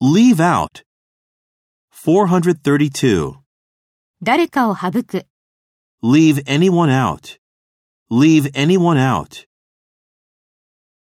Leave out. 432. 誰かを省く。 Leave anyone out. Leave anyone out.